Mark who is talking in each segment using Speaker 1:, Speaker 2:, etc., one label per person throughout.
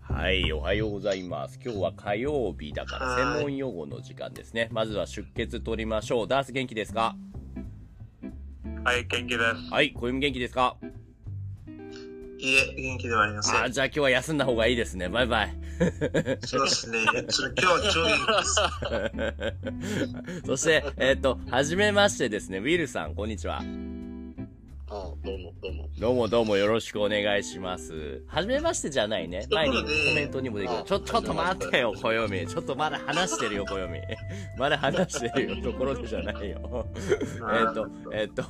Speaker 1: はい、おはようございます。今日は火曜日だから
Speaker 2: はい
Speaker 1: 専門用語の時間ですね。まずは出血取りましょう。ダース元気ですか
Speaker 2: はい、元気で
Speaker 1: はい、小読み元気ですか
Speaker 2: す。いえ、元気ではありませ
Speaker 1: あー、
Speaker 2: ん。
Speaker 1: じゃあ今日は休んだ方がいいですね。バイ バイ。
Speaker 2: そうで すね。それ今日超元気です。
Speaker 1: そして、えっ、と、はじめましてですね。ウィルさん、こんにちは。
Speaker 3: ああ、どうも、どうも。
Speaker 1: どうもどうもよろしくお願いします。はじめましてじゃないね。前にコメントにも出て
Speaker 3: あ
Speaker 1: る。ちょ、ちょっと待ってよ、小読み。ちょっとまだ話してるよ、小読み。 まだ話してるよ、ところでじゃない よ。えっと、えっと、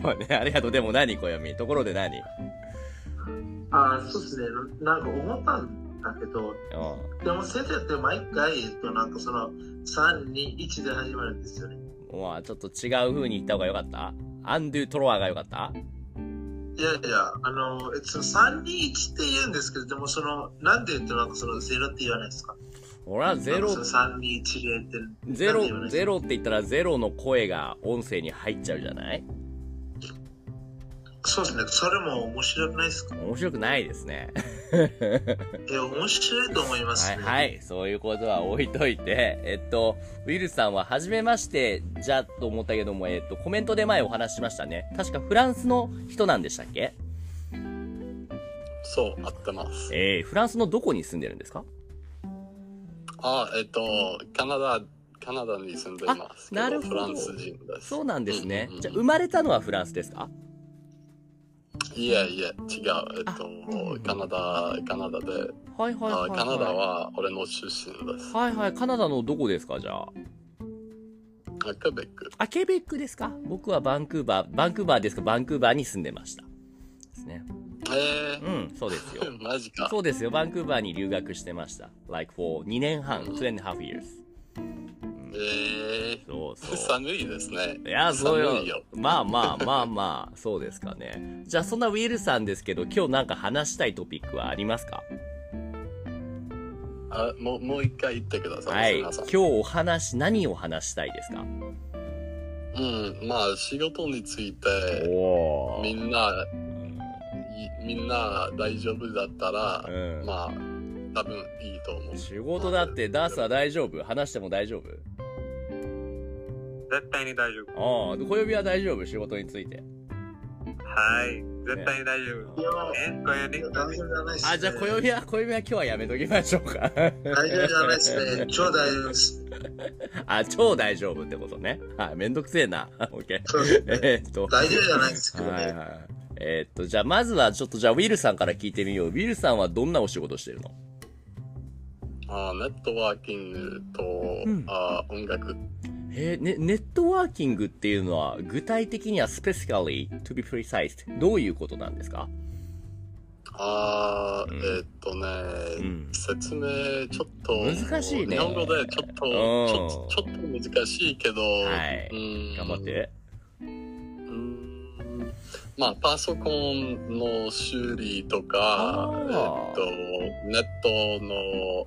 Speaker 1: そうね、ありがとう。でも何、小読み。ところで何うん。
Speaker 2: あそうですね。なんか思ったんだけど、でも先生って毎回、えっと、なんかその、3、2、1で始まるんですよね。
Speaker 1: まあ、ちょっと違う風に言った方がよかったアンドゥ・トロワがよかった
Speaker 2: いやいや、あの、えその3、2、1って言うんですけど、でもその、なんで言ってなんかその0って言わないですか
Speaker 1: 俺はゼ
Speaker 2: なん
Speaker 1: ロ
Speaker 2: か、その3、2、1でって。
Speaker 1: ゼ
Speaker 2: なんで言わな
Speaker 1: ロ、
Speaker 2: い
Speaker 1: ゼロって言ったらゼロの声が音声に入っちゃうじゃない
Speaker 2: そうですね。それも面白くないですか
Speaker 1: 面白くないですね。
Speaker 2: え、面白いと思います
Speaker 1: は
Speaker 2: ね
Speaker 1: い、。はい、そういうことは置いといて、えっと、ウィルさんは、初めまして、じゃ、と思ったけども、えっと、コメントで前お話ししましたね。確かフランスの人なんでしたっけ
Speaker 3: そう、合ってます。
Speaker 1: えー、フランスのどこに住んでるんですか
Speaker 3: ああ、えっと、カナダ、カナダに住んでいますけど。
Speaker 1: あなるほど
Speaker 3: フランス人です。
Speaker 1: そうなんですね
Speaker 3: うんうんう。ん
Speaker 1: じゃ、生まれたのはフランスですか
Speaker 3: いえいえ、違う。えっ
Speaker 1: あ
Speaker 3: と、
Speaker 1: うんうん
Speaker 3: カナダ、カナダで、
Speaker 1: はいはいはい、
Speaker 3: あ
Speaker 1: はい。
Speaker 3: カナダは俺の出身です。
Speaker 1: はいはい、カナダのどこですか、じゃあ。
Speaker 3: あケベック。
Speaker 1: あ、ケベックですか僕はバンクーバー、バンクーバーですかバンクーバーに住んでました。ですね。
Speaker 3: え
Speaker 1: うん、そうです よ
Speaker 3: え。マジか。
Speaker 1: そうですよ、バンクーバーに留学してました。like for 2年半、2 and a half years。
Speaker 3: ええ
Speaker 1: そうそう。
Speaker 3: 寒いですね。
Speaker 1: いや、そうよ
Speaker 3: 寒いよ。
Speaker 1: まあまあまあまあ、そうですかね。じゃあ、そんなウィルさんですけど、今日なんか話したいトピックはありますか
Speaker 3: あもう、もう一回言ってくださ。
Speaker 1: はいい。
Speaker 3: すみ
Speaker 1: 今
Speaker 3: ません
Speaker 1: 日お話、何を話したいですか
Speaker 3: うん、まあ、仕事について、
Speaker 1: お
Speaker 3: み
Speaker 1: ー。
Speaker 3: んな、いみんな大丈夫だったら、
Speaker 1: うん。
Speaker 3: まあ、多分いいと思う。
Speaker 1: 仕事だって、ダースは大丈夫話しても大丈夫
Speaker 2: 絶対に大丈夫。
Speaker 1: ああ、小指は大丈夫仕事について。
Speaker 4: はい。絶対に大丈夫。え、これ
Speaker 2: い
Speaker 4: ね
Speaker 2: や、大丈夫じゃないですね。
Speaker 1: あ、じゃあ小指は、小指は今日はやめときましょうか。
Speaker 2: 大丈夫じゃないですね。超大丈夫です。
Speaker 1: あ、超大丈夫ってことね。はい、めんどくせえな。 オッケ
Speaker 2: そうです
Speaker 1: ー。
Speaker 2: ね。
Speaker 1: えーっと。
Speaker 2: 大丈夫じゃないですけど
Speaker 1: はい
Speaker 2: ね。
Speaker 1: はい。えーっと、じゃあまずはちょっとじゃあウィルさんから聞いてみよう。ウィルさんはどんなお仕事してるの
Speaker 3: あネットワーキングと、
Speaker 1: うん
Speaker 3: あ音楽。
Speaker 1: えーね、ネットワーキングっていうのは具体的には specifically, to be precise, どういうことなんですか
Speaker 3: あー
Speaker 1: うん
Speaker 3: えーっとね、
Speaker 1: うん
Speaker 3: 説明ちょっと。
Speaker 1: 難しいね
Speaker 3: 日本語でちょっと、ちょっとちょっと難しいけど、
Speaker 1: はい
Speaker 3: うん
Speaker 1: 頑張っ。て。
Speaker 3: うんまあ、パソコンの修理と
Speaker 1: あ、
Speaker 3: か
Speaker 1: ー
Speaker 3: えーっと、ネットの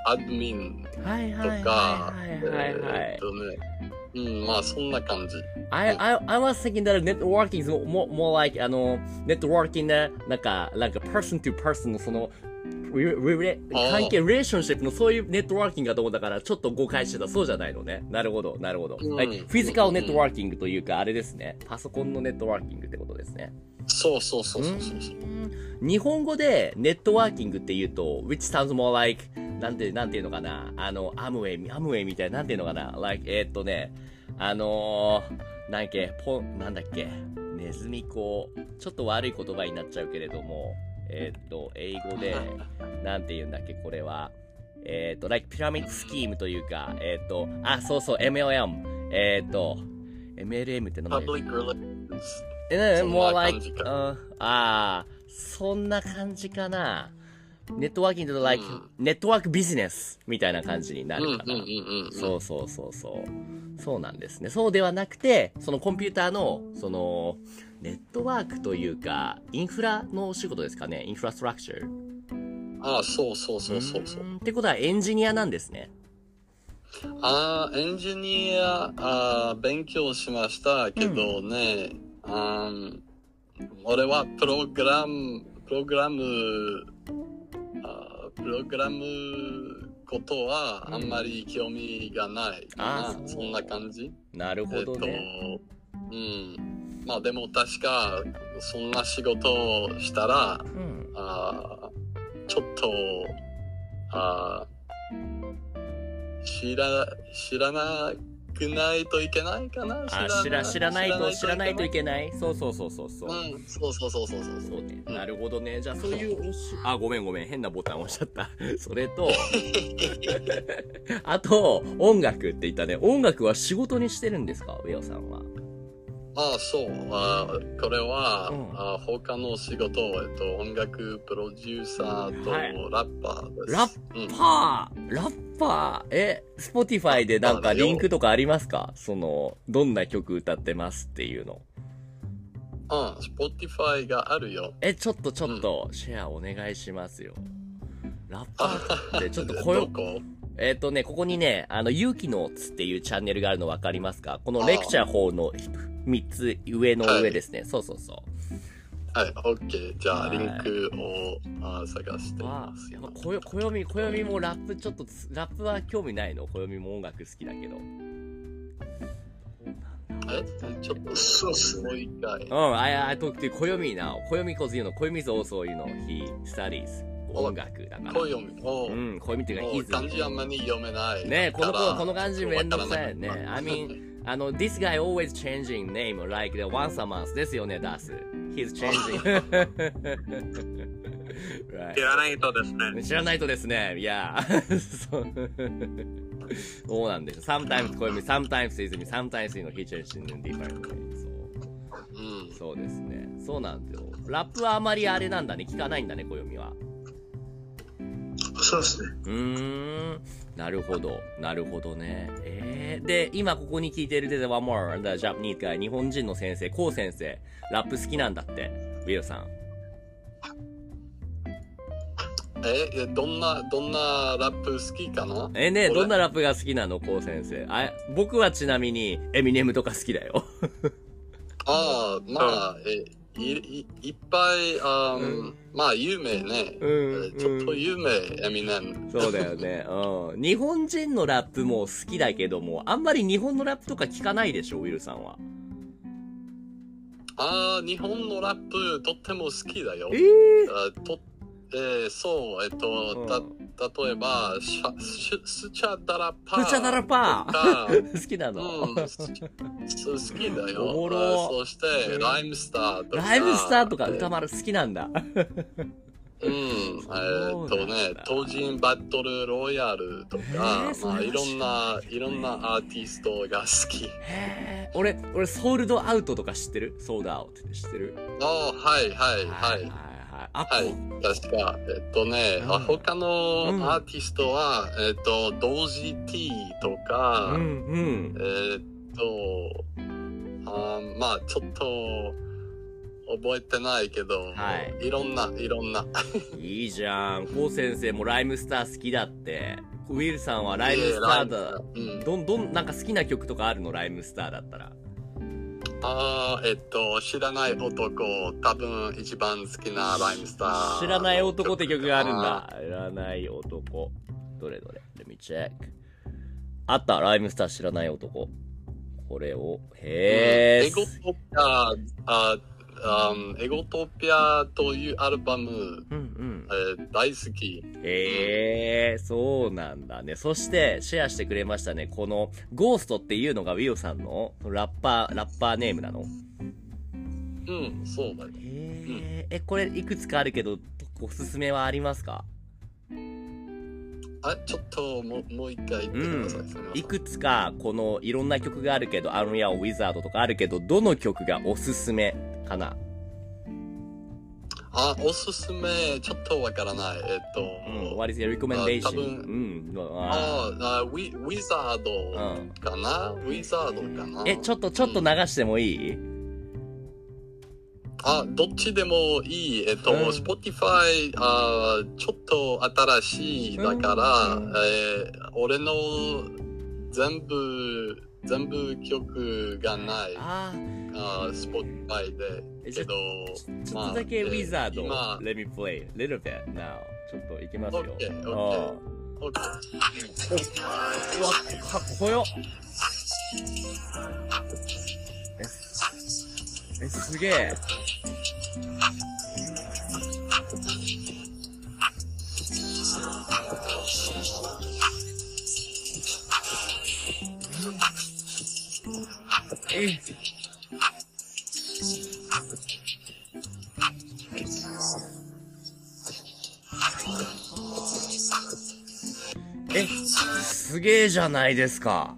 Speaker 3: アドミン
Speaker 1: はい
Speaker 3: と
Speaker 1: はいはい
Speaker 3: か、
Speaker 1: は
Speaker 3: え
Speaker 1: いはいは
Speaker 3: ーっ
Speaker 1: い。
Speaker 3: とね、うん、まあ、そんな感じ。
Speaker 1: I, I, I was thinking that networking is more, more like, あの、networking な、なんか、なんか person to person のその、re- re-
Speaker 3: あー
Speaker 1: 関係、relationship のそういうネットワーキングかと思ったから、ちょっと誤解してた。そうじゃないのね。なるほど、なるほど。
Speaker 3: うん
Speaker 1: はい、フィジカルネットワーキングというか、あれですね。パソコンのネットワーキングってことですね。
Speaker 3: そうそうそうそうそうそう。
Speaker 1: 日本語でネットワーキングって言うと、which sounds more like, なんて、なんていうのかな、あの、アムウェイ、アムウェイみたいな、なんていうのかな、like, えーっとね、あのー、なんだっけ、ポン、なんだっけ、ネズミ子、ちょっと悪い言葉になっちゃうけれども、えーっと、英語で、なんて言うんだっけ、これは、えーっと、like, ピラミッドスキームというか、えーっと、あ、そうそう、MLM、えーっと、MLM って名前
Speaker 3: Public relations
Speaker 1: え、な
Speaker 3: そんな
Speaker 1: もう、like,
Speaker 3: 感じ
Speaker 1: うん、
Speaker 3: か
Speaker 1: ああー、そんな感じかな。ネットワーキングと、like、
Speaker 3: うん
Speaker 1: ネットワークビジネスみたいな感じにな
Speaker 3: うんう
Speaker 1: る
Speaker 3: ん
Speaker 1: かな。
Speaker 3: うんうん。
Speaker 1: そうそうそうそう。そうなんですね。そうではなくて、そのコンピューターの、その、ネットワークというか、インフラのお仕事ですかね。インフラストラクチャー。
Speaker 3: ああ、そうそうそうそうそう
Speaker 1: ー。んってことはエンジニアなんですね。
Speaker 3: ああ、エンジニア、ああ、勉強しましたけどね、あー俺はプログラム、プログラムあプログラムことはあんまり興味がないかな、
Speaker 1: うんあ
Speaker 3: そんな感じ。
Speaker 1: なるほどね。
Speaker 3: えっと、うん。まあでも確か、そんな仕事をしたら、
Speaker 1: うん。
Speaker 3: あーちょっと、あー知ら、知らなくないといけないかな
Speaker 1: あ、知ら、知らないと、知らないといけない。そうそうそうそうそう。
Speaker 3: ない。うん、そうそうそうそうそうそう。
Speaker 1: そうね。なるほどね。じゃあそういうおし、あ、ごめんごめん。変なボタン押しちゃった。 それと、あと、音楽って言ったね。音楽は仕事にしてるんですかウェオさんは。
Speaker 3: ああ、そう。あーこれは、
Speaker 1: うん
Speaker 3: あー他の仕事、えっと、音楽プロデューサーと
Speaker 1: はい
Speaker 3: ラッパーです。
Speaker 1: ラッ
Speaker 3: うん
Speaker 1: パーラッパーえ、スポティファイでなんかリンクとかありますかその、どんな曲歌ってますっていうの。
Speaker 3: うん、Spotify があるよ。
Speaker 1: え、ちょっとちょっと、シェアお願いしますよ。ラッパーって、ちょっとこ
Speaker 3: ど
Speaker 1: よ、
Speaker 3: こ
Speaker 1: えっ、とね、ここにね、あの、勇気のつっていうチャンネルがあるの分かりますかこのレクチャー方の3つ上の上ですね。そうそうそう。
Speaker 3: はい、OK。じゃあ、
Speaker 1: はい
Speaker 3: リンクをあ探してい
Speaker 1: あ
Speaker 3: ます
Speaker 1: や
Speaker 3: よ
Speaker 1: っぱ。こよ、こよみ、こよみもラップちょっとつ、ラップは興味ないのこよみも音楽好きだけど。
Speaker 3: えちょっと、
Speaker 2: そうっすね
Speaker 3: もう一回。
Speaker 1: うん、I, I talk to Koyomi now. Koyomi cause you know, Koyomi is also, you know, he studies
Speaker 3: お
Speaker 1: 音楽だから。
Speaker 3: 声読み。おう
Speaker 1: うん、Koyomi って
Speaker 3: も
Speaker 1: いう
Speaker 3: う
Speaker 1: か、
Speaker 3: 漢字あんまり読めない。
Speaker 1: he's, ねこの
Speaker 3: だから
Speaker 1: 子、この感じめんどくさいよね。
Speaker 3: わからな
Speaker 1: I mean, あの、this guy always changing name like the once a month ですよね、ダース。he's changing. right.
Speaker 4: 知らないとですね。
Speaker 1: 知らないとですね、いや、 そうそうなんです。sometimes 小指、sometimes 泉、sometimes の he changes in different way.
Speaker 3: うん
Speaker 1: そう、そうですね。そうなんですよ。ラップはあまりあれなんだね、聞かないんだね、小指は。
Speaker 2: そうですね。
Speaker 1: うーん。なるほど。なるほどね。えー、で、今ここに聞いてる There's one more, the Japanese guy, 日本人の先生、コウ先生、ラップ好きなんだって、ウィルさん。
Speaker 3: え、えどんな、どんなラップ好きかな
Speaker 1: えーね
Speaker 3: 俺
Speaker 1: どんなラップが好きなの、コウ先生。あ、僕はちなみに、エミネムとか好きだよ。
Speaker 3: ああ、まあ、え、いいいっぱい、あー
Speaker 1: う
Speaker 3: まあ、有名ね。
Speaker 1: うんうん
Speaker 3: えちょっと有名、エミネム。
Speaker 1: そうだよ ね。うん。日本人のラップも好きだけども、あんまり日本のラップとか聞かないでしょ、ウィルさんは。
Speaker 3: ああ、日本のラップとっても好きだよ。
Speaker 1: え
Speaker 3: あとえーそう、えっと、た、例えば、シャシュスチャダラパー。
Speaker 1: スチャダラパー
Speaker 3: ー。
Speaker 1: 好きなの、
Speaker 3: うん、すす好きだよ。
Speaker 1: おもろ
Speaker 3: あそして、ライムスターとか。
Speaker 1: ライブスターとか歌丸好きなんだ。
Speaker 3: うん、えーっとね、
Speaker 1: そうなんだ
Speaker 3: 東人バトルロイヤルと
Speaker 1: へ
Speaker 3: か
Speaker 1: ー、それ
Speaker 3: ま
Speaker 1: は
Speaker 3: あ、いろんな、
Speaker 1: 知
Speaker 3: い
Speaker 1: ら
Speaker 3: ろ
Speaker 1: ない
Speaker 3: んなアーティストが好き。
Speaker 1: へえ。俺、俺、ソールドアウトとか知ってるソールドアウトって知ってる
Speaker 3: あはい、はい、は
Speaker 1: はい
Speaker 3: い。
Speaker 1: はい。あ、
Speaker 3: は
Speaker 1: こ
Speaker 3: い、確か、えっとね、
Speaker 1: うん
Speaker 3: あ他
Speaker 1: うん
Speaker 3: のアーティストは、えっと、同時 T と
Speaker 1: う。
Speaker 3: か、
Speaker 1: うん、うん。
Speaker 3: えっと、あーまあ、ちょっと、覚えてないけど、、
Speaker 1: はい
Speaker 3: ろんな、いろんな。
Speaker 1: いいじゃん。コウ先生もライムスター好きだって。ウィルさんはライムスターだ。
Speaker 3: うん。
Speaker 1: どんどん、なんか好きな曲とかあるのライムスターだったら。
Speaker 3: あーえっと、知らない男、多分一番好きなライムスター。
Speaker 1: 知らない男って曲があるんだ。知らない男。どれどれ ?Let me check. あった、ライムスター知らない男。これを、へ
Speaker 3: エ
Speaker 1: え。
Speaker 3: ゴトピア、ああエゴトピアというアルバム、
Speaker 1: うんうん。
Speaker 3: えー大好き。
Speaker 1: へえ、そうなんだね。そして、シェアしてくれましたね。この、ゴーストっていうのがウィオさんのラッパー、ラッパーネームなの
Speaker 3: うん、そうだよ。
Speaker 1: へえ、え、これいくつかあるけど、おすすめはありますか
Speaker 3: あ、ちょっともう、もう一回言ってください。
Speaker 1: うん
Speaker 3: すみませ
Speaker 1: い
Speaker 3: ん
Speaker 1: くつか、この、いろんな曲があるけど、アルミア、ウィザードとかあるけど、どの曲がおすすめかな
Speaker 3: あ、おすすめ、ちょっとわからない。えっと、
Speaker 1: うん、What is your recommendation?
Speaker 3: あ多分
Speaker 1: うん、あ
Speaker 3: ああウィ、ウィザー
Speaker 1: ー
Speaker 3: ド
Speaker 1: うん。
Speaker 3: かな、ウィザードかな
Speaker 1: え、ちょっと、ちょっと流してもいい、
Speaker 3: あ、どっちでもいい。えっと、
Speaker 1: うん
Speaker 3: Spotify、あーちょっと新しいだから、
Speaker 1: うん
Speaker 3: えー俺の全部、全部曲がない。
Speaker 1: ああ、
Speaker 3: あースポットファイ
Speaker 1: え
Speaker 3: で、
Speaker 1: ちょ
Speaker 3: けど、
Speaker 1: ちょっとだけウ
Speaker 3: まあ
Speaker 1: ィザード、
Speaker 3: え今
Speaker 1: let me play a little bit now. ちょっといきますよ。
Speaker 3: OK
Speaker 1: うん
Speaker 3: OK
Speaker 1: わ、
Speaker 3: オッケー
Speaker 1: かっこよえ、えすげえ。ええ、すげえじゃないですか。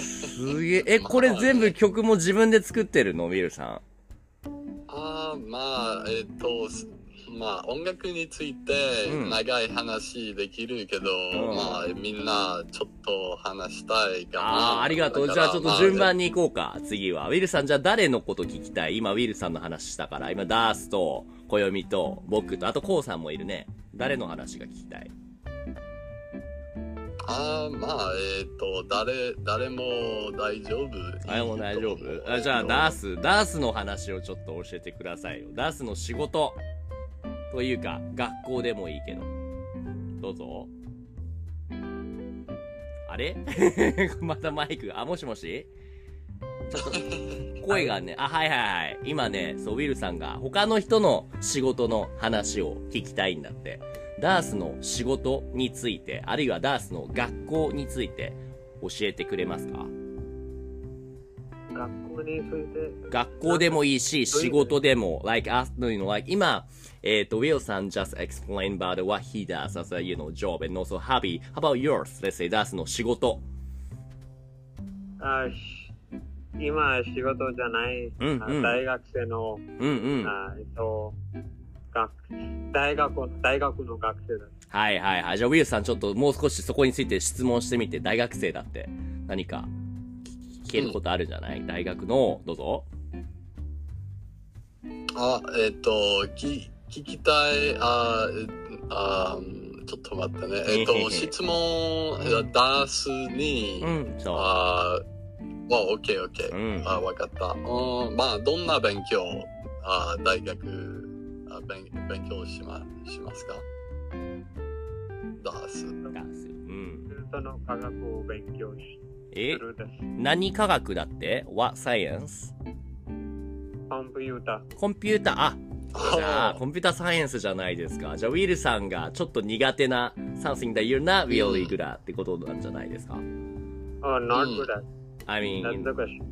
Speaker 1: すげえ。え、これ全部曲も自分で作ってるのウィルさ
Speaker 3: あーまあえっ、とすまあ音楽について
Speaker 1: うん
Speaker 3: 長い話できるけど、
Speaker 1: うん
Speaker 3: まあみんなちょっと話したい
Speaker 1: ん。
Speaker 3: かな
Speaker 1: ああー、ありがとう。
Speaker 3: だ
Speaker 1: じ
Speaker 3: から
Speaker 1: ゃあちょっと順番に行こうか。次は。ウィルさん、じゃあ誰のこと聞きたい今、ウィルさんの話したから。今、ダースと、暦と、僕と、あと、コウさんもいるね。誰の話が聞きたい
Speaker 3: あーまあえっ、と誰誰も大丈夫
Speaker 1: あれも大丈夫あじゃあ、ダース、ダースの話をちょっと教えてくださいよ。ダースの仕事。というか、学校でもいいけど。どうぞ。あれ またマイク。あ、もしもしちょっと、声がね、あ、はいはいはい。今ね、そう、ウィルさんが他の人の仕事の話を聞きたいんだって。ダースの仕事について、あるいはダースの学校について教えてくれますか
Speaker 4: 学校について、
Speaker 1: 学校でもいいし、仕事でも、like, as, you know, like, 今、えっ、と、Will さん just explain about what he does as a, you know, job and also hobby. How about yours? Let's say, that's の仕事。
Speaker 4: あーし今仕事じゃない、
Speaker 1: うんうん
Speaker 4: あ大学生の、
Speaker 1: うんうん。は
Speaker 4: あーえっと、学大学大学の学生だ。
Speaker 1: いはいはい。じゃあ、Will さん、ちょっともう少しそこについて質問してみて、大学生だって、何か聞聞けることあるじゃない、大学の、どうぞ。
Speaker 3: あえっ、とき聞きたいあーえあーちょっと待ってねえ っ、と質問ダースに、
Speaker 1: うん、そ
Speaker 3: あーあ、オッケーオッケ
Speaker 1: う。う
Speaker 3: ー。
Speaker 1: ん。
Speaker 3: あーわかった。うん、まあ、どんな勉強、あー大学あ勉、勉強しましますかダース。
Speaker 1: ダンスうん。
Speaker 4: ずっとの科学を勉強しす
Speaker 1: え
Speaker 4: るです。
Speaker 1: 何科学だって ?What science?
Speaker 4: コンピュータ
Speaker 1: コンピューター、あ、じゃあ、
Speaker 3: あ
Speaker 1: コンピュータサイエンスじゃないですか。じゃあ、ウィルさんがちょっと苦手な something that you're not really good at ってことなんじゃないですか。
Speaker 4: ー。Oh, not good at.
Speaker 1: I mean,
Speaker 4: That's the question.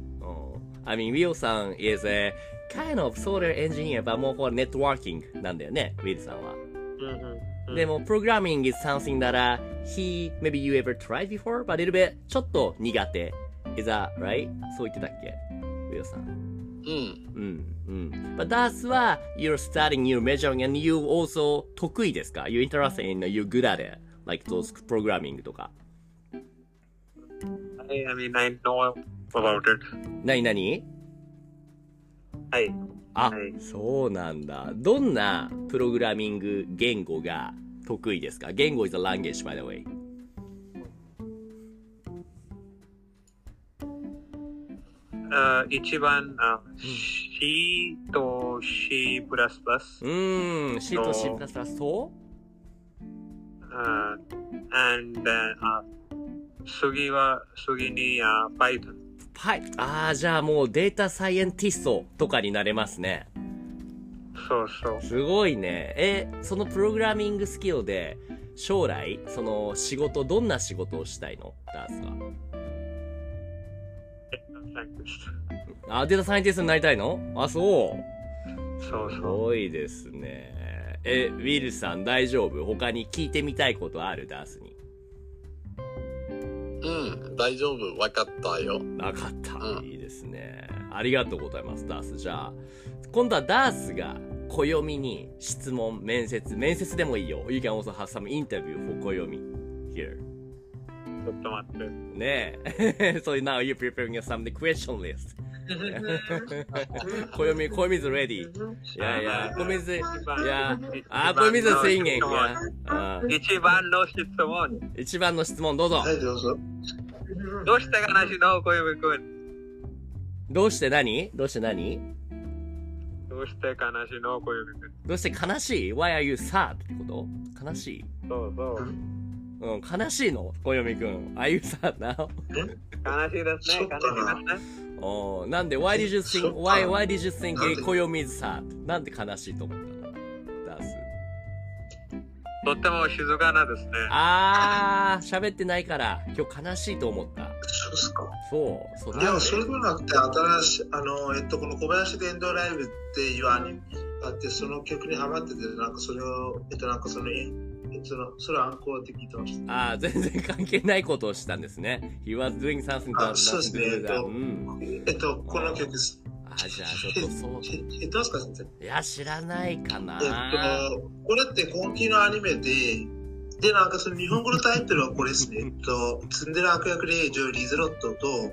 Speaker 1: I mean, Will さん is a kind of solar engineer, but more for networking なんだよね、ウィルさんは。
Speaker 4: うんうん
Speaker 1: でも、programming is something that、uh, he, maybe you ever tried before, but a little bit ちょっと苦手。Is that right? そう言ってたっけウィルさん。
Speaker 3: うん。
Speaker 1: うんうん。But that's は、you're studying, you're measuring, and you also 得意ですか ?You're interested in, you're good at it. Like those programming とか。
Speaker 4: I, I mean, I know about it.
Speaker 1: なになに
Speaker 4: はい。
Speaker 1: あ、
Speaker 4: はい
Speaker 1: そうなんだ。どんなプログラミング言語が得意ですか言語 is a language, by the way.
Speaker 4: あー一番、あ C と C++、
Speaker 1: うーん、C と C++ と
Speaker 4: あー and then あ次は、次にあ Python。
Speaker 1: はい。ああ、じゃあもうデータサイエンティストとかになれますね。
Speaker 4: そうそう。
Speaker 1: すごいね。え、そのプログラミングスキルで、将来、その仕事、どんな仕事をしたいのダースは。
Speaker 4: データサイエンティス
Speaker 1: あ、データサイエンティストになりたいのあ、そう。
Speaker 4: トそう
Speaker 1: す
Speaker 4: そう。
Speaker 1: ごいですね。え、ウィルさん大丈夫他に聞いてみたいことあるダースに。
Speaker 3: うん、大丈夫。わかったよ。
Speaker 1: なかった。
Speaker 3: うん
Speaker 1: いいですね。ありがとうございます、ダース。じゃあ、今度はダースが、暦に質問、面接、面接でもいいよ。You can also have some interview for 暦 here.
Speaker 4: ちょっと待って。
Speaker 1: ねえ。so now you're preparing some question list. 暦、暦 is ready. Yeah, yeah. 暦 is, yeah. あ、暦 is singing. Yeah. あ
Speaker 4: 一番の質問。
Speaker 1: 一番の質問どうぞ。
Speaker 2: はい、どうぞ。
Speaker 4: どうして話の小指くん
Speaker 1: どうして何どうして何
Speaker 4: どうして悲しいの小指くん。
Speaker 1: どうして悲しい ?Why are you sad? ってこと悲しい
Speaker 4: そうそう。
Speaker 1: うん、悲しいの小読くん。Are you sad now?
Speaker 4: 悲しいですね。悲しい
Speaker 2: ショック
Speaker 4: ですね。
Speaker 1: おーなんで、why did you
Speaker 2: そ
Speaker 1: think,
Speaker 2: っか
Speaker 1: why, why did you think
Speaker 2: なんで
Speaker 1: a 小読み is sad? なんで悲しいと思ったの出す。
Speaker 4: とっても静かなですね。
Speaker 1: あー、喋ってないから、今日悲しいと思った。
Speaker 2: そうっすか。
Speaker 1: そう、そう
Speaker 2: でもそういうことなくて新しいあのえっとこの小林伝道ライブっていうアニメがあってその曲にハマっててなんかそれをえっとなんかそのええっとそのそれをアンコールで聞いてまし
Speaker 1: あー、全然関係ないことをしたんですね。He was doing something
Speaker 2: あ
Speaker 1: that
Speaker 2: そうですね
Speaker 1: nothing to do with
Speaker 2: えっ
Speaker 1: that.
Speaker 2: と
Speaker 1: うん。
Speaker 2: た。えっとこの曲です。
Speaker 1: あー、じゃあ、ちょっとそう。
Speaker 2: ええどうですか先生。
Speaker 1: いや、知らないかな。
Speaker 2: えっとこれって今期のアニメで。で、なんかその日本語のタイトルはこれです ね。えっと、ツンデレ悪役令嬢リズロットと、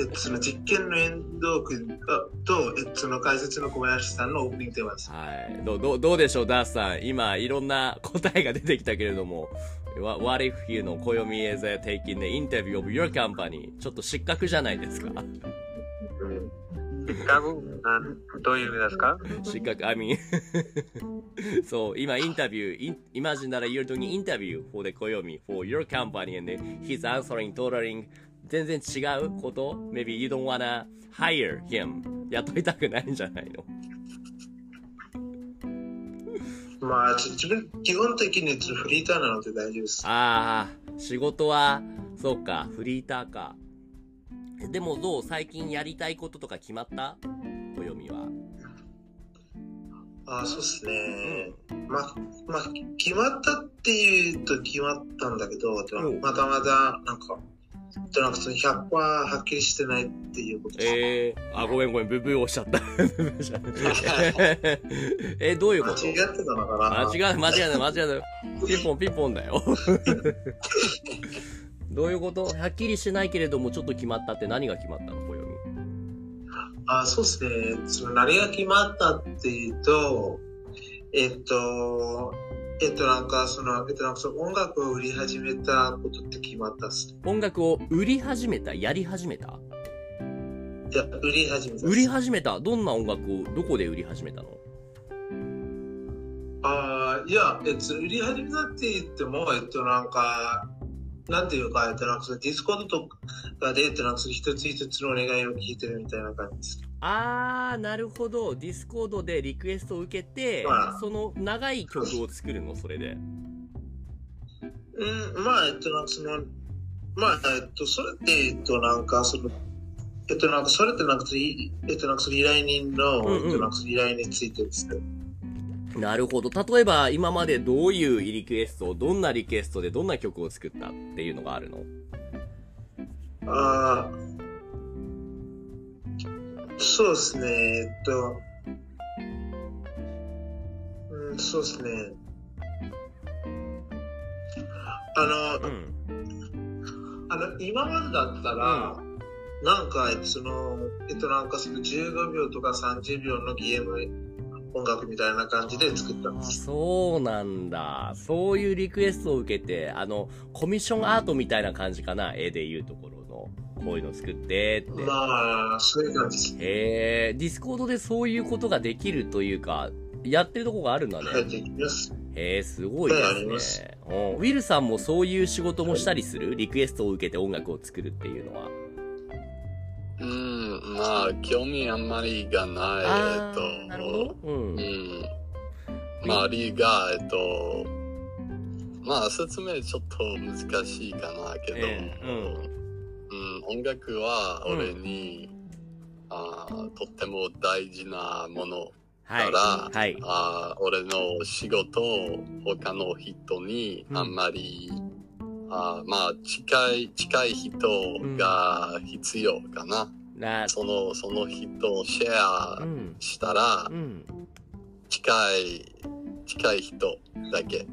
Speaker 2: えっと、その実験の遠藤君と、えっと、その解説の小林さんのオープニングテーマです。
Speaker 1: はい。どう、どう、どうでしょう、ダースさん。今、いろんな答えが出てきたけれども。わ What if you の暦映像 taking the interview of your company? ちょっと失格じゃないですか
Speaker 4: 一角なんどういう意味ですか
Speaker 1: 失格、I mean そう、今インタビュー、イン imagine that you're doing interview for the 暦 for your company and then he's answering totally 全然違うこと Maybe you don't wanna hire him. 雇いたくないんじゃないの
Speaker 2: まあ、ち自分、基本的にちょっとフリーターなので大丈夫です。
Speaker 1: ああ、仕事は、そうか、フリーターか。でもどう最近やりたいこととか決まった暦は。
Speaker 2: ああ、そうっす
Speaker 1: う
Speaker 2: ね。。まあ、まあ、決まったっていうと決まったんだけど、でも
Speaker 1: うん
Speaker 2: まだまだ、なんか、でもなんかその100%はっきりしてないっていうことです。
Speaker 1: えー、あ、ごめんごめん、ブブー押しちゃった。ブブー押しちゃった え、どういう
Speaker 2: 間
Speaker 1: こ
Speaker 2: 違っ
Speaker 1: と
Speaker 2: てたのかな
Speaker 1: あ、違う、間違えない、間違えない。ピンポンピンポンだよ。 どういうことはっきりしないけれども、ちょっと決まったって何が決まったの暦。
Speaker 2: あそうですね。その何が決まったっていうと、えっと、えっとなんかその、えっとなんかその音楽を売り始めたことって決まったっすね。
Speaker 1: 音楽を売り始めたやり始めた
Speaker 2: いや、売り始めたっす。
Speaker 1: 売り始めたどんな音楽を、どこで売り始めたの
Speaker 2: ああ、いや、えっと、売り始めたって言っても、えっと、なんか、なんていうか、えっと、なんかそのディスコードとかで、えっと、なんかその一つ一つのお願いを聞いてるみたいな感じです。
Speaker 1: あー、なるほど。ディスコードでリクエストを受けて
Speaker 2: は、い
Speaker 1: その長い曲を作るの、それで。
Speaker 2: うん、まあ、えっと、なんかその、まあ、えっと、それって、えっと、なんか、その、えっと、なんか、それって、なんかその、いえっと、なんか、その依頼人の、
Speaker 1: うんうん
Speaker 2: えっと、なんか、その依頼についてですね。
Speaker 1: なるほど。例えば、今までどういうリクエストを、どんなリクエストでどんな曲を作ったっていうのがあるの
Speaker 2: ああ、そうですね、えっと、うん、そうですね。あの、
Speaker 1: ん。
Speaker 2: あの今までだったら、なんか、その、えっと、なんかその15秒とか30秒のゲーム音楽みたいな感じで作ったんです。
Speaker 1: そうなんだ。そういうリクエストを受けて、あの、コミッションアートみたいな感じかな。絵で言うところの。こういうの作ってって。
Speaker 2: まあ、そういう感じです。
Speaker 1: へえ、ディスコードでそういうことができるというか、やってるとこがあるんだね。
Speaker 2: はい、できます。
Speaker 1: へえ、すごい
Speaker 2: はいあり
Speaker 1: で
Speaker 2: ますす
Speaker 1: ね。うんウィルさんもそういう仕事もしたりするリクエストを受けて音楽を作るっていうのは。
Speaker 3: うん、まあ、興味あんまりがない。えっと、
Speaker 1: ーなるほど。う。
Speaker 3: うんん。まあ、リーが、えっと、まあ、説明ちょっと難しいかなけど、
Speaker 1: ええう
Speaker 3: うん音楽は俺に、あーとっても大事なもの。
Speaker 1: はい。
Speaker 3: から
Speaker 1: はい。
Speaker 3: あー俺の仕事を他の人に
Speaker 1: うん
Speaker 3: あんまり、あーまあ、近い、近い人が必要かな。
Speaker 1: な、
Speaker 3: その、その人をシェア
Speaker 1: うん。
Speaker 3: したら
Speaker 1: う、ん。
Speaker 3: 近い、近い人だけ。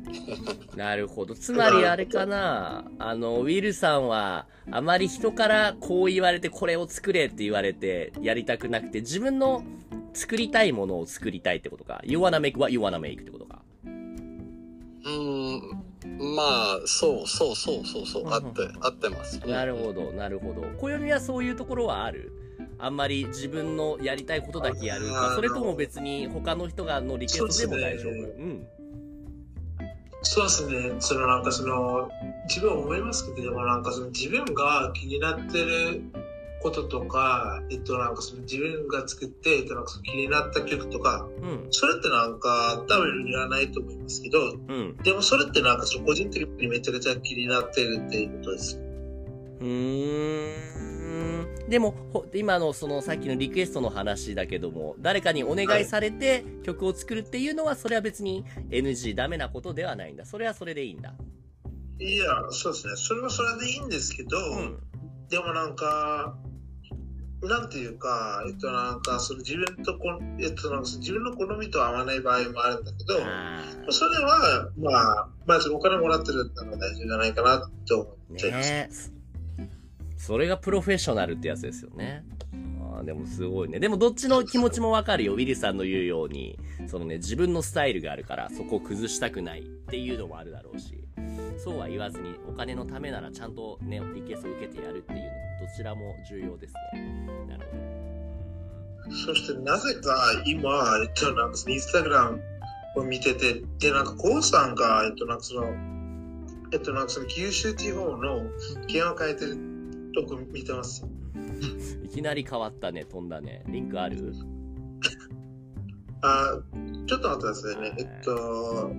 Speaker 1: なるほど。つまりあれかな、あの、ウィルさんは、あまり人からこう言われて、これを作れって言われて、やりたくなくて、自分の作りたいものを作りたいってことか。You wanna make what you wanna make ってことか。
Speaker 3: うん、まあ、そうそうそうそうそう、
Speaker 1: うんうん
Speaker 3: 合って、合ってます。
Speaker 1: なるほど、なるほど。暦はそういうところはあるあんまり自分のやりたいことだけやるか
Speaker 2: あー
Speaker 1: それとも別に他の人がのリクエストでも大丈夫。
Speaker 2: そうです
Speaker 1: うん。
Speaker 2: そうですね、そのなんかその、自分は思いますけど、でもなんかその自分が気になってることとか、えっとなんかその自分が作って、えっとなんかその気になった曲とか、
Speaker 1: うん。
Speaker 2: それってなんか多分いらないと思いますけど、
Speaker 1: うん。
Speaker 2: でもそれってなんかその個人的にめちゃくちゃ気になってるっていうことです。
Speaker 1: うーん。でも、ほ今のそのさっきのリクエストの話だけども、誰かにお願いされて曲を作るっていうのは、それは別に NG ダメなことではないんだ。それはそれでいいんだ。
Speaker 2: いや、そうですね、それはそれでいいんですけど、
Speaker 1: うん。
Speaker 2: でもなんか、なんていうか、えっとなんかその自分とこ、えっとなんかその自分の好みと合わない場合もあるんだけど、
Speaker 1: あー
Speaker 2: それは、まあ、まずお金もらってるんだから大丈夫じゃないかなって思っちゃいます。
Speaker 1: ねえそれがプロフェッショナルってやつですよねあーでもすごいねでもどっちの気持ちもわかるよウィリさんの言うようにそのね自分のスタイルがあるからそこを崩したくないっていうのもあるだろうしそうは言わずにお金のためならちゃんとねリクエストを受けてやるっていうのどちらも重要ですねなるほど
Speaker 2: そしてなぜか今、えっと、なんかインスタグラムを見てて、で、なんかコウさんが、えっと、なんかその、えっと、なんかその九州地方の気温を変えてるとこ見てます。
Speaker 1: いきなり変わったね飛んだねリンクある
Speaker 2: あ、ちょっと待ってくださいね。えっと、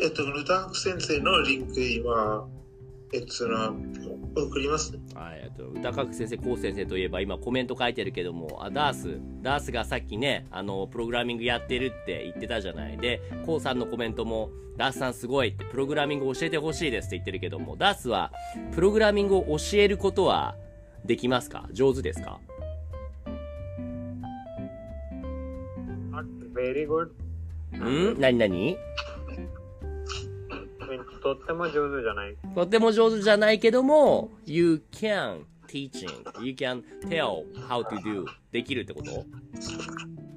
Speaker 2: えっと、ルタンク先生のリンク今、えっと、その、送りますね。
Speaker 1: はい、えっと歌角先生、こう先生といえば今コメント書いてるけども、あダース、ダースがさっきね、あのプログラミングやってるって言ってたじゃない。で、こうさんのコメントも、ダースさんすごいってプログラミング教えてほしいですって言ってるけども、ダースはプログラミングを教えることはできますか？上手ですか？
Speaker 4: not very good.
Speaker 3: Hmm?
Speaker 1: ん？なになに？
Speaker 4: I mean, とっても上手じゃない。
Speaker 1: とても上手じゃないけども、you can teaching, you can tell how to do できるってこと？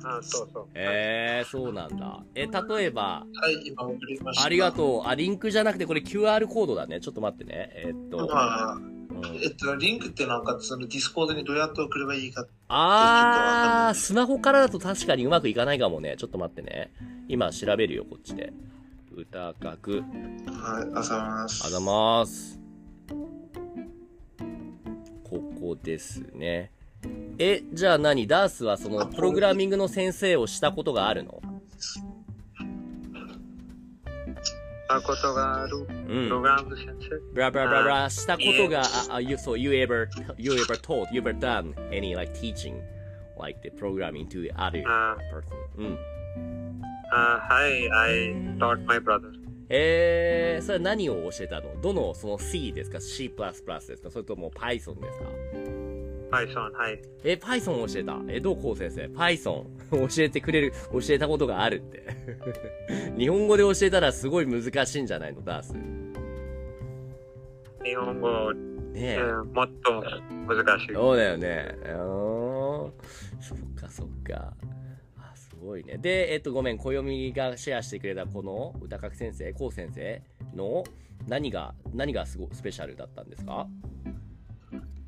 Speaker 4: あそうそう。
Speaker 1: えー、そうなんだ。え、例えば。
Speaker 2: はい、今送りました。
Speaker 1: ありがとう。あ、リンクじゃなくて、これ QR コードだね。ちょっと待ってね。えーっと。
Speaker 2: まあ
Speaker 1: うん
Speaker 2: えっと、リンクってなんか、そのディスコードにどうやって送ればいいかって。
Speaker 1: あー、スマホからだと確かにうまくいかないかもね。ちょっと待ってね。今調べるよ、こっちで。歌楽。
Speaker 2: はい、あざます。
Speaker 1: あざます。ここですね。え、じゃあ何ダースはその、プログラミングの先生をしたことがあるの
Speaker 4: あことがある
Speaker 1: う
Speaker 3: Hmm.
Speaker 4: プロ
Speaker 1: ん。
Speaker 4: グラム先生。
Speaker 1: ブラブラブラブラ、したことが、あ、あ、you, so you ever, you ever taught, you ever done any like teaching, like the programming to the other
Speaker 4: あ
Speaker 1: person. うん。
Speaker 4: あ、はい、I ah, taught my brother.
Speaker 1: えー、それは何を教えたのどのその C ですか ?C++ ですかそれとも Python ですか
Speaker 4: Python、はい。
Speaker 1: え、Python を教えた。え、どうこう先生 ?Python 教えてくれる、教えたことがあるって。 日本語で教えたらすごい難しいんじゃないのダース。ね
Speaker 4: 日本語、え
Speaker 1: え。
Speaker 4: ーもっと難しい。
Speaker 1: そうだよね。うーん。そっかそっか。あ、すごいね。で、えっと、ごめん、暦がシェアしてくれたこの歌角先生、こう先生の何が、何がすごスペシャルだったんですか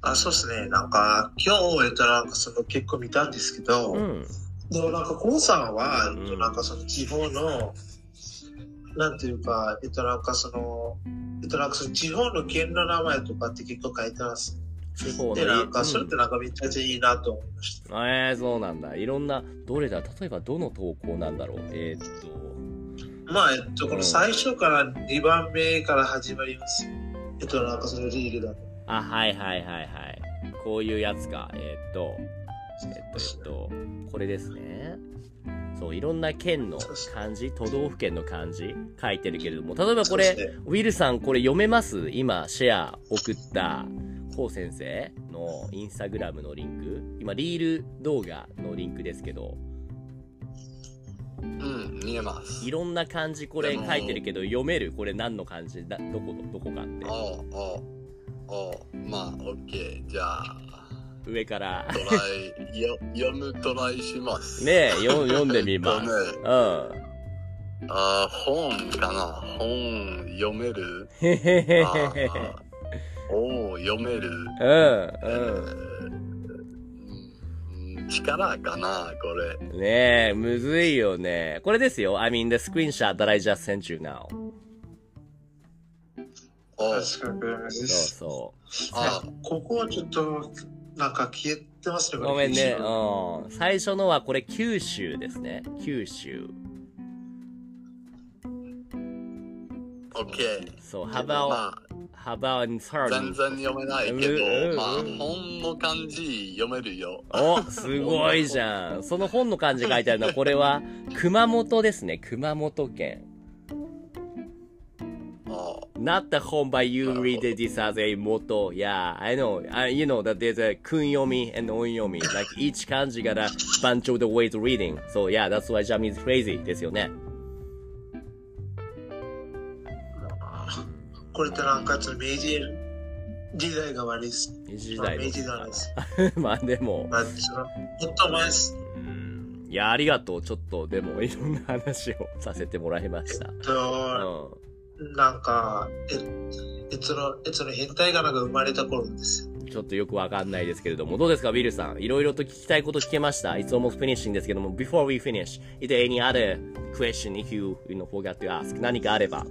Speaker 2: あ、そうですね。なんか、今日、えっと、なんか、その、結構見たんですけど、
Speaker 1: うん。
Speaker 2: でもなんか、コウさんは、
Speaker 1: うん
Speaker 2: えっと、なんか、その、地方の、なんていうか、えっと、なんか、その、えっと、なんか、その、地方の県の名前とかって結構書いてます。
Speaker 1: 地方の
Speaker 2: で、なんか、
Speaker 1: うん
Speaker 2: それってなんか、めちゃくちゃいいなと思いました。
Speaker 1: えー、そうなんだ。いろんな、どれだ例えばどの投稿なんだろうえーっと、
Speaker 2: まあ、えっと、この最初から2番目から始まります。えっと、なんか、その、リールだと。
Speaker 1: あ、はいはいはいはい。こういうやつか。えーっと、えっと、えっと、これですね。そう、いろんな県の漢字、都道府県の漢字書いてるけれども、例えばこ
Speaker 2: そう
Speaker 1: れ、
Speaker 2: ですね
Speaker 1: ウィルさんこれ読めます今、シェア送った、こう先生のインスタグラムのリンク。今、リール動画のリンクですけど、
Speaker 3: うん、見えます。
Speaker 1: いろんな漢字これ書いてるけど、読めるこれ何の漢字だどこ、どこかって
Speaker 3: お。うおうおうまあ、オッケー。じゃあ、
Speaker 1: 上から。
Speaker 3: トライ、よ読むトライします。
Speaker 1: ねえ、よ読んでみま
Speaker 3: とね
Speaker 1: す。うん。
Speaker 3: あー本かな本読める
Speaker 1: へへへへ
Speaker 3: あ
Speaker 1: へ。
Speaker 3: ーおう読める
Speaker 1: うん、
Speaker 3: え
Speaker 1: うん。
Speaker 3: ー力かな、これ。
Speaker 1: ねえ、むずいよね。これですよ。I mean, the screenshot that I just sent you now.
Speaker 3: お
Speaker 2: 確かにこれ難しい
Speaker 1: そうそう。
Speaker 3: あ
Speaker 2: ここはちょっと、なんか消えてますね、これ
Speaker 1: ごめんね。うん。最初のはこれ九州ですね。九州。
Speaker 3: オッケー。
Speaker 1: そう、幅を、
Speaker 3: ま
Speaker 1: 幅を
Speaker 3: あ、
Speaker 1: サ
Speaker 3: 全
Speaker 1: ー
Speaker 3: 然読めないけ
Speaker 1: うん
Speaker 3: ど、まあ、
Speaker 1: うん
Speaker 3: 本の漢字読めるよ。
Speaker 1: お、すごいじゃん。その本の漢字書いてあるのは、これは熊本ですね。熊本県。
Speaker 3: あ
Speaker 1: Not the home by you read this as a moto. Yeah, I know. I, you know that there's a kunyomi and onyomi. Like each kanji got a bunch of the ways of reading. So yeah, that's why Japanese is crazy ですよね。
Speaker 2: これってなんかちょっと明治時代が悪いです。
Speaker 1: 時
Speaker 2: まあ
Speaker 1: 代
Speaker 2: 明治時代です。
Speaker 1: の。 まあでも、
Speaker 2: まあ、ちょっともっと前です。
Speaker 1: うんいや、ありがとう。ちょっとでもいろんな話をさせてもらいました。う
Speaker 2: と、
Speaker 1: ん。
Speaker 2: なんか、え、えつの、えつの変態がなんか生まれた頃です。
Speaker 1: ちょっとよくわかんないですけれども、どうですか、ビルさん。いろいろと聞きたいこと聞けました。It's almost finishing ですけども、before we finish, is there any other question if you, you know, forgot to ask? 何かあれば。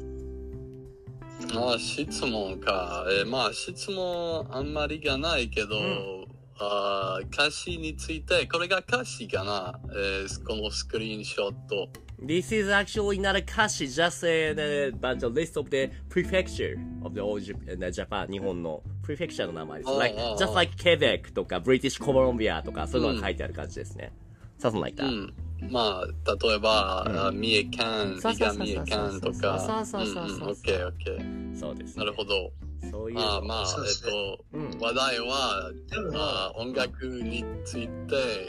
Speaker 3: まあ、質問か。えーまあ、質問あんまりがないけど、
Speaker 1: うん
Speaker 3: あー歌詞について、これが歌詞かな、えーこのスクリーンショット。
Speaker 1: This is actually not a kashi, just a, a bunch of list of the prefecture of the old Jap- uh, Japan, 日本の prefecture の名前です。Like,
Speaker 3: ああああ
Speaker 1: just like Quebec とか British Columbia とか、そういうのが書いてある感じですね。Something like
Speaker 3: う
Speaker 1: that.
Speaker 3: ん。まあ、例えば、
Speaker 1: うん
Speaker 3: あ三重県、
Speaker 1: そう
Speaker 3: 伊
Speaker 1: そうそ
Speaker 3: 賀
Speaker 1: うそう
Speaker 3: 三重県とか。
Speaker 1: そうそうそうそうそう
Speaker 3: オッケーオッケー。
Speaker 1: そうです、ね。
Speaker 3: なるほど。
Speaker 1: そういう。
Speaker 3: まあまあ
Speaker 2: そう、で
Speaker 3: え
Speaker 2: すね
Speaker 3: っ
Speaker 1: うん
Speaker 3: と、話題は、
Speaker 2: でも、
Speaker 3: あー音楽について、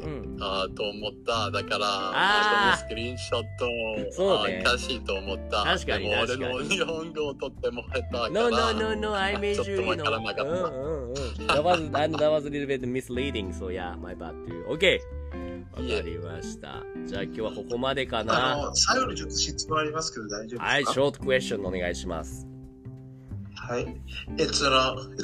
Speaker 1: うん
Speaker 3: あーと思った。だから、
Speaker 1: あー
Speaker 3: まあこのスクリーンショットを、
Speaker 1: そうね
Speaker 3: あー歌詞と思った。
Speaker 1: 確かに
Speaker 3: でも
Speaker 1: 確かに
Speaker 3: 俺の日本語をとっても下手だから。
Speaker 1: No, no, no, no, I made you, you know.
Speaker 3: ちょっとわからなかった
Speaker 1: うんうんうん That was, I know that was a little bit misleading, so yeah, my bad too. Okay! わかりました。じゃあ今日はここまでか
Speaker 2: あ
Speaker 1: な。
Speaker 2: の、最後にちょっと質問ありますけど大丈夫ですか
Speaker 1: はい、ショートクエスチョンお願いします。
Speaker 2: はい。えっと、その、えっと、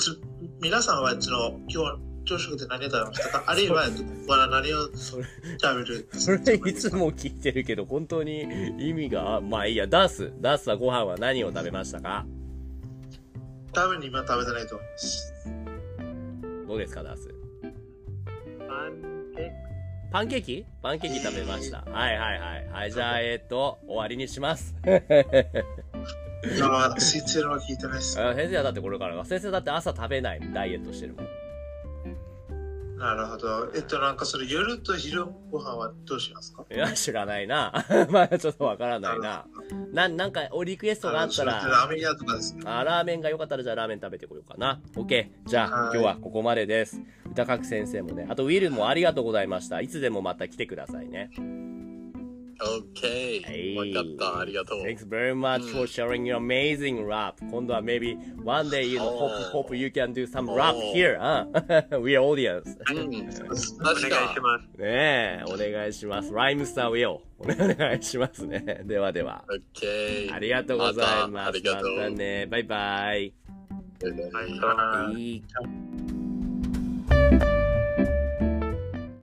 Speaker 2: 皆さんは、えっと、今日は朝食で何を食べましたかあるいは、えっと、ここから何を食
Speaker 1: れ
Speaker 2: べる
Speaker 1: それいつも聞いてるけど、本当に意味が、まあいいや、ダンス。ダンスはご飯は何を食べましたか
Speaker 2: 多分今食べてないと思います。
Speaker 1: どうですか、ダンス。
Speaker 4: パンケーキ
Speaker 1: パンケーキパンケーキ食べました。はいはいはい。はい、じゃあ、えっと、終わりにします。
Speaker 2: 今は、スイッチのは聞いてないです。
Speaker 1: あ先生はだってこれから、先生だって朝食べない。ダイエットしてるもん。
Speaker 2: なるほど。えっと、なんかそれ夜と昼ご飯はどうしますか
Speaker 1: いや、知らないな。 まあ、ちょっとわからないな。な、なんか、おリクエストがあった
Speaker 2: あのそれ
Speaker 1: ら、
Speaker 2: ってラーメン屋とかですね。
Speaker 1: あ、ラーメンが良かったら、じゃあラーメン食べてこようかな。オッケー。じゃあ、
Speaker 2: はい
Speaker 1: 今日はここまでです。歌角先生もね、あとウィルもありがとうございました。いつでもまた来てくださいね。
Speaker 3: オッケー。わかった。ありがとう。
Speaker 1: Thanks very much for sharing your amazing rap. 今度は maybe one day, you know,
Speaker 3: お
Speaker 1: hope,
Speaker 3: ー
Speaker 1: hope you can do some rap
Speaker 3: おー
Speaker 1: here. うん We are audience.
Speaker 3: うん。
Speaker 4: お願い
Speaker 3: 確
Speaker 4: し
Speaker 3: か。
Speaker 4: ます。
Speaker 1: ねえ、お願いします。ライムスターウィオ。お願いしますね。ではでは。
Speaker 3: オッケー。
Speaker 1: ありがとうございます。
Speaker 3: たありがとう。
Speaker 1: またね。バイバイ。
Speaker 3: バイバイ
Speaker 4: さよなら
Speaker 1: いい